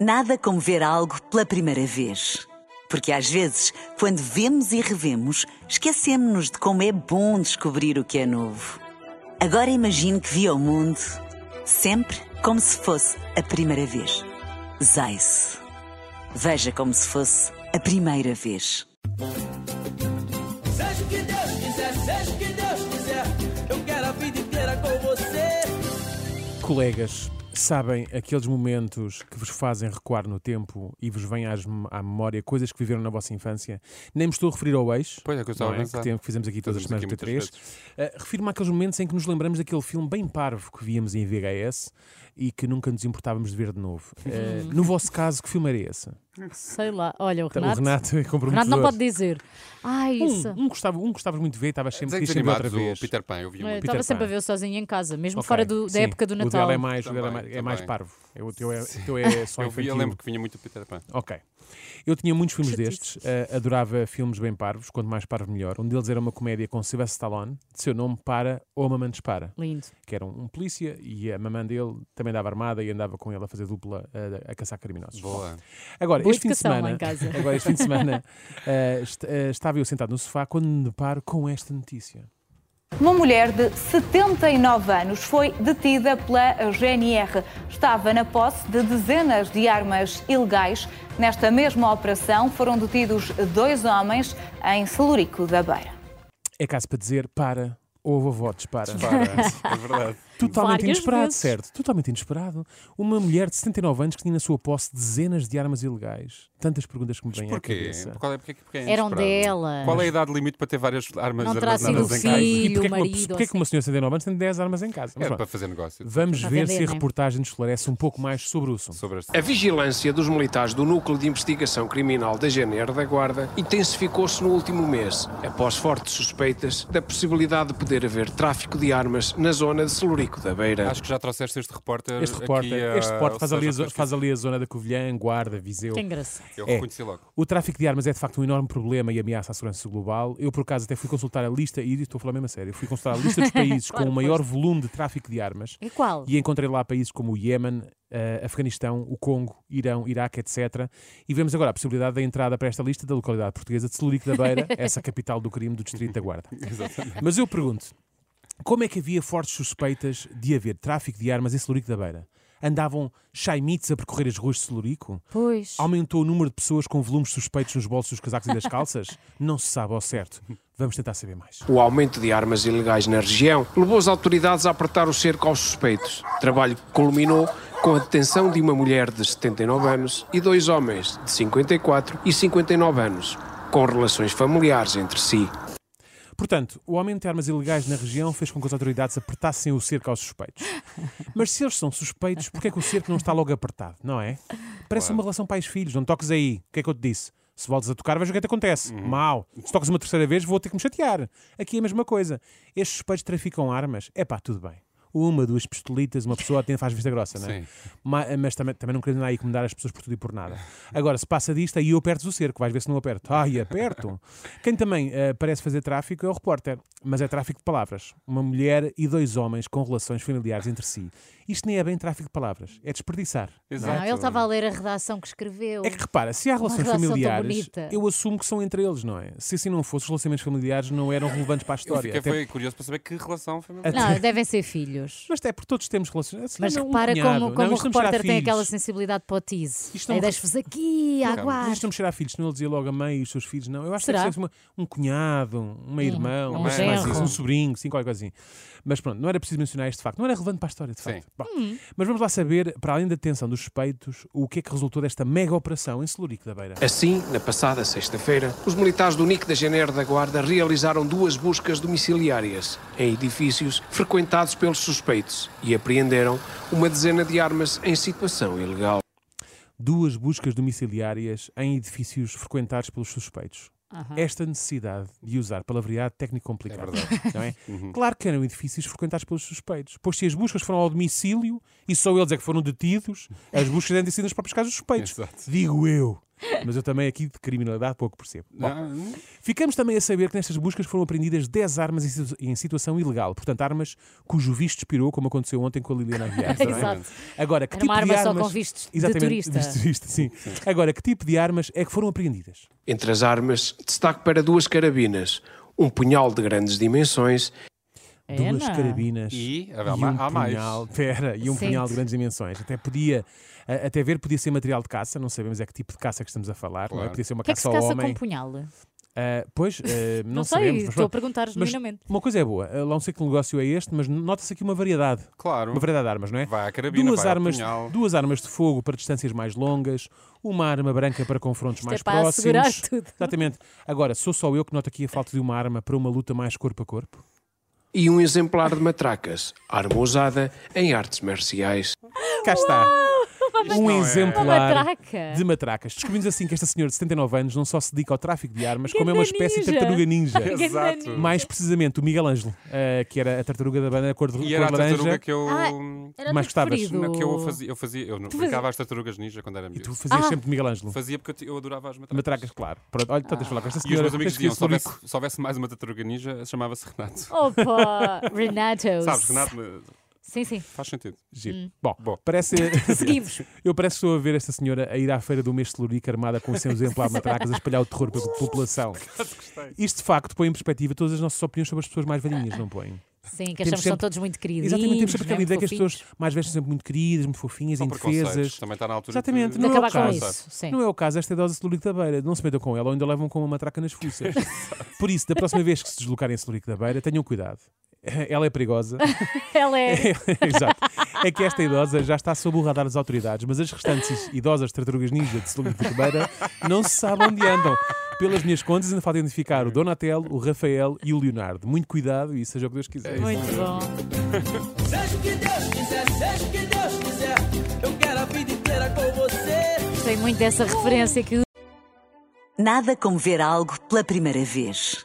Nada como ver algo pela primeira vez. Porque às vezes, quando vemos e revemos, esquecemos-nos de como é bom descobrir o que é novo. Agora imagine que viu o mundo sempre como se fosse a primeira vez. Zais. Veja como se fosse a primeira vez. Seja o que Deus quiser, seja o que Deus quiser, eu quero a vida inteira com você. Colegas, sabem aqueles momentos que vos fazem recuar no tempo e vos vêm às- à memória coisas que viveram na vossa infância? Nem me estou a referir ao ex, Pois é, que eu estava não a que, pensar. tem- que fizemos aqui todas as Fazemos semanas aqui no T3. muitas Ah, Refiro-me àqueles momentos em que nos lembramos daquele filme bem parvo que víamos em VHS e que nunca nos importávamos de ver de novo. Ah, Uhum. no vosso caso, que filme era esse? Sei lá. Olha, o Então, Renato. o Renato é comprometedor. Renato não pode dizer. Ai, isso. um, um, gostava, um gostavas muito de ver e estavas sempre Desenhos quis sempre outra animados, vez. o Peter Pan, eu vi Eu muito. Estava Pan. é? sempre a ver sozinho em casa, mesmo Ok, fora do- da sim. época do O dela Natal. é mais, o dela é mais, Também, é mais também. parvo. É O teu é, o teu é só Eu vi, infantil. eu lembro que vinha muito o Peter Pan. Ok. Eu tinha muitos filmes Chatice. destes, ah, adorava filmes bem parvos, quanto mais parvo melhor. Um deles era uma comédia com Sylvester Stallone, de seu nome para O Mamãe Dispara, Lindo. que era um, um polícia e a mamã dele também dava armada e andava com ele a fazer dupla ah, a caçar criminosos. Boa. Agora, Boa este fim de educação lá semana, em casa. agora este fim de semana ah, est- ah, estava eu sentado no sofá quando me deparo com esta notícia. Uma mulher de 79 anos foi detida pela GNR. Estava na posse de dezenas de armas ilegais. Nesta mesma operação foram detidos dois homens em Celurico da Beira. É caso para dizer para ou vovó dispara. Para, é verdade. Totalmente Várias inesperado, vezes. certo? Totalmente inesperado. Uma mulher de 79 anos que tinha na sua posse dezenas de armas ilegais. Tantas perguntas que me vêm à Porquê? cabeça. Qual é, porque, porque é Eram inesperado? dela. Qual é a idade limite para ter várias armas Não terá sido assim. armazenadas o em casa? filho. E porquê o que uma, marido, porquê que uma senhora de 79 anos tem 10 armas em casa? Mas Era pronto, para fazer negócio. vamos Para ver vender, se a né? reportagem nos esclarece um pouco mais sobre o assunto. Sobre este... A vigilância dos militares do Núcleo de Investigação Criminal da GNR da Guarda intensificou-se no último mês, após fortes suspeitas da possibilidade de poder haver tráfico de armas na zona de Celurico da Beira. Acho que já trouxeste este repórter. Este repórter, aqui, ah, este repórter faz, ou ali, a seja, zo- faz ali a zona da Covilhã, Guarda, Viseu. Que engraçado. Eu É. reconheci logo. O tráfico de armas é de facto um enorme problema e ameaça à segurança global. Eu, por acaso, até fui consultar a lista, e estou a falar mesmo a sério, fui consultar a lista dos países Claro, com o maior volume de tráfico de armas E qual? e encontrei lá países como o Iémen, eh, Afeganistão, o Congo, Irão, Iraque, etc. E vemos agora a possibilidade da entrada para esta lista da localidade portuguesa de Celurico da Beira, essa capital do crime do Distrito da Guarda. Mas eu pergunto, como é que havia fortes suspeitas de haver tráfico de armas em Celurico da Beira? Andavam chaimites a percorrer as ruas de Celurico? Pois. Aumentou o número de pessoas com volumes suspeitos nos bolsos dos casacos e das calças? Não se sabe ao certo. Vamos tentar saber mais. O aumento de armas ilegais na região levou as autoridades a apertar o cerco aos suspeitos, trabalho que culminou com a detenção de uma mulher de 79 anos e dois homens de 54 e 59 anos, com relações familiares entre si. Portanto, o aumento de armas ilegais na região fez com que as autoridades apertassem o cerco aos suspeitos. Mas se eles são suspeitos, porquê é que o cerco não está logo apertado, não é? Parece uma relação pais-filhos, não toques aí. O que é que eu te disse? Se voltas a tocar, vejo o que é que te acontece. Mal. Se tocas uma terceira vez, vou ter que me chatear. Aqui é a mesma coisa. Estes suspeitos traficam armas. É pá, tudo bem. Uma, duas pistolitas, uma pessoa até faz vista grossa, não é? Sim. Ma- Mas, também, também não querendo aí incomodar as pessoas por tudo e por nada. Agora, se passa disto, aí eu aperto o cerco, vais ver se não aperto. Ai, aperto! Quem também eh, parece fazer tráfico é o repórter, mas é tráfico de palavras. Uma mulher e dois homens com relações familiares entre si. Isto nem é bem tráfico de palavras, é desperdiçar. Não, ele estava a ler a redação que escreveu. É que repara, se há relações relação tão familiares, bonita. eu assumo que são entre eles, não é? Se assim não fosse, os relacionamentos familiares não eram relevantes para a Eu história. fiquei Até- foi curioso para saber que relação foi mesmo. Não, devem ser filhos. Mas até porque todos temos relacionamentos. Mas não, um repara cunhado. como, como Não, o isto não me cheira a repórter tem filhos. aquela sensibilidade para o tease. Isto não Aí me- deixe-vos aqui, Mas isto aguarde. não me cheira a filhos, senão ele dizia logo a mãe e os seus filhos, não. Eu acho Será? que deve ser uma- um cunhado, uma irmã, um uma coisa mais genro. isso, um sobrinho, sim, qualquer coisa assim. Mas pronto, não era preciso mencionar este facto, não era relevante para a história, de facto. Sim. Bom, Hum. Mas vamos lá saber, para além da detenção dos suspeitos, o que é que resultou desta mega operação em Celurico da Beira. Assim, na passada sexta-feira, os militares do NIC da GNR da Guarda realizaram duas buscas domiciliárias em edifícios frequentados pelos suspeitos e apreenderam uma dezena de armas em situação ilegal. Duas buscas domiciliárias em edifícios frequentados pelos suspeitos. Esta necessidade de usar palavreado é técnico complicado. não é? Uhum. Claro que eram edifícios frequentados pelos suspeitos. Pois se as buscas foram ao domicílio e só eles é que foram detidos, as buscas eram decididas nas próprias casas dos suspeitos. Exato. Digo eu. Mas eu também aqui de criminalidade pouco percebo. Bom, Não, Ficamos também a saber que nestas buscas foram apreendidas 10 armas em situ- em situação ilegal, portanto, armas cujo visto expirou, como aconteceu ontem com a Liliana Aguiar. não é? Exato. Agora, que Era uma tipo de arma só armas... com vistos de Exatamente, turista. vistos de turista, sim. Agora, que tipo de armas é que foram apreendidas? Entre as armas, destaque para duas carabinas, um punhal de grandes dimensões É, Duas não? carabinas E- há um ma- há mais. punhal, pera, e um Sim. punhal de grandes dimensões. Até podia, a- até ver, podia ser material de caça, não sabemos é que tipo de caça que estamos a falar, não é? Claro. Podia ser uma O que é que caça se ao caça homem. com punhal? Ah, pois, ah, não, sei, sabemos. mas estou a pronto. perguntar Mas genuinamente. uma coisa é boa, ah, lá não sei que negócio é este, mas nota-se aqui uma variedade. Claro. Uma variedade de armas, não é? Vai à carabina, duas, vai ao armas, punhal. duas armas de fogo para distâncias mais longas, uma arma branca para confrontos mais é para próximos. assegurar tudo. Exatamente. Agora, sou só eu que noto aqui a falta de uma arma para uma luta mais corpo a corpo? e um exemplar de matracas, arma usada em artes marciais. Cá está. Isto Um não é- exemplar Uma matraca. de matracas. Descobrimos assim que esta senhora de 79 anos não só se dedica ao tráfico de armas, como é uma Ganda espécie de ninja. tartaruga ninja. Ganda Exato. ninja. Mais precisamente, o Miguel Ângelo, eh, que era a tartaruga da banda cor de, E cor era a de tartaruga laranja. que eu. Ah, Era mais teu gostavas? preferido. Não, que eu fazia, eu fazia, eu não brincava às tartarugas ninja quando era E miúdo. tu fazias Ah. sempre de Miguel Ângelo. Fazia porque eu ti- eu adorava as matracas. Matracas, claro. Pronto, olha, então tens de falar com esta E os senhora. meus amigos tens que ir diziam: se houvesse, sobre se houvesse mais uma tartaruga ninja, chamava-se Renato. Opa, Renato. Sabes, Renato, mas Sim, sim. faz sentido. isso. Giro. Bom, Bom. parece. Seguimos. Eu parece que estou a ver esta senhora a ir à feira do mês celurico armada com o seu exemplar de matracas a espalhar o terror pela população. Isto de facto põe em perspectiva todas as nossas opiniões sobre as pessoas mais velhinhas, não põe? Sim, que Temos achamos que são sempre- todos muito queridos. é? Exatamente, temos sempre né, aquela ideia que as pessoas mais velhas são sempre muito queridas, muito fofinhas, São preconceitos. indefesas. Também está na altura. Exatamente, de- De não é o acabar com caso. isso. Sim. Não é o caso, esta idosa celurico da beira. Não se metam com ela ou ainda levam com uma matraca nas fuças. Por isso, da próxima vez que se deslocarem a celurico da beira, tenham cuidado. Ela é perigosa. Ela é. Exato. É que esta idosa já está sob o radar das autoridades, mas as restantes idosas tartarugas ninja de Solino de Ribeira não se sabe onde andam. Pelas minhas contas, ainda falta identificar o Donatello, o Rafael e o Leonardo. Muito cuidado e seja o que Deus quiser. Muito bom. Seja o que Deus quiser, seja o que Deus quiser, eu quero a vida inteira com você. Gostei muito dessa referência que o Nada como ver algo pela primeira vez.